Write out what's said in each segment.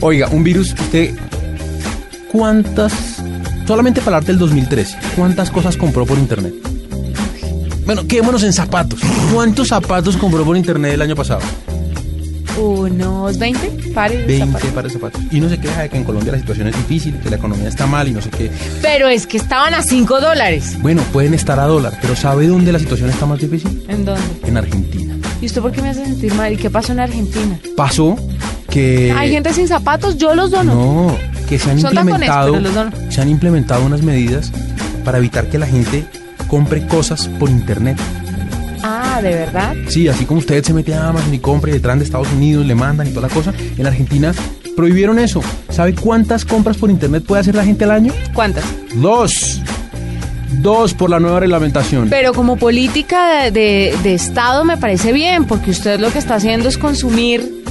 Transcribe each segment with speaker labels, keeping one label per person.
Speaker 1: Oiga, un virus, usted, ¿cuántas, solamente para darte el 2013, cuántas cosas compró por internet? Bueno, quedémonos en zapatos. ¿Cuántos zapatos compró por internet el año pasado?
Speaker 2: Unos 20 pares de
Speaker 1: 20
Speaker 2: zapatos.
Speaker 1: pares de zapatos. Y no se queja de que en Colombia la situación es difícil, que la economía está mal y no sé qué.
Speaker 2: Pero es que estaban a 5 dólares.
Speaker 1: Bueno, pueden estar a dólar, pero ¿sabe dónde la situación está más difícil?
Speaker 2: ¿En dónde?
Speaker 1: En Argentina.
Speaker 2: ¿Y usted por qué me hace sentir mal? ¿Y qué pasó en Argentina?
Speaker 1: Pasó que...
Speaker 2: Hay gente sin zapatos, yo los dono.
Speaker 1: Eh, No, que se han
Speaker 2: Son tacones,
Speaker 1: implementado,
Speaker 2: pero los dono.
Speaker 1: se han implementado unas medidas para evitar que la gente compre cosas por internet.
Speaker 2: Ah, ¿de verdad?
Speaker 1: Sí, así como usted se mete a Amazon y compra y le traen de Estados Unidos, le mandan y toda la cosa, en Argentina prohibieron eso. ¿Sabe cuántas compras por internet puede hacer la gente al año?
Speaker 2: ¿Cuántas?
Speaker 1: Dos. Dos por la nueva reglamentación.
Speaker 2: Pero como política de, de- de Estado me parece bien, porque usted lo que está haciendo es consumir,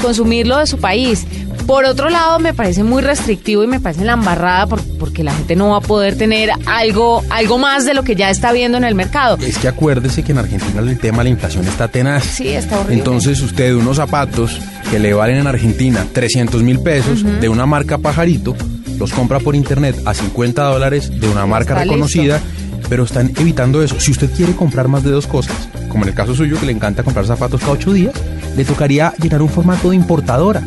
Speaker 2: consumir lo de su país. Por otro lado, me parece muy restrictivo y me parece la embarrada por- porque la gente no va a poder tener algo, algo más de lo que ya está viendo en el mercado.
Speaker 1: Es que acuérdese que en Argentina el tema de la inflación está tenaz.
Speaker 2: Sí, está horrible.
Speaker 1: Entonces usted unos zapatos que le valen en Argentina 300 mil pesos de una marca pajarito, los compra por internet a 50 dólares de una marca
Speaker 2: Está
Speaker 1: reconocida, pero están evitando eso. Si usted quiere comprar más de dos cosas, como en el caso suyo que le encanta comprar zapatos cada ocho días, le tocaría llenar un formato de importadora.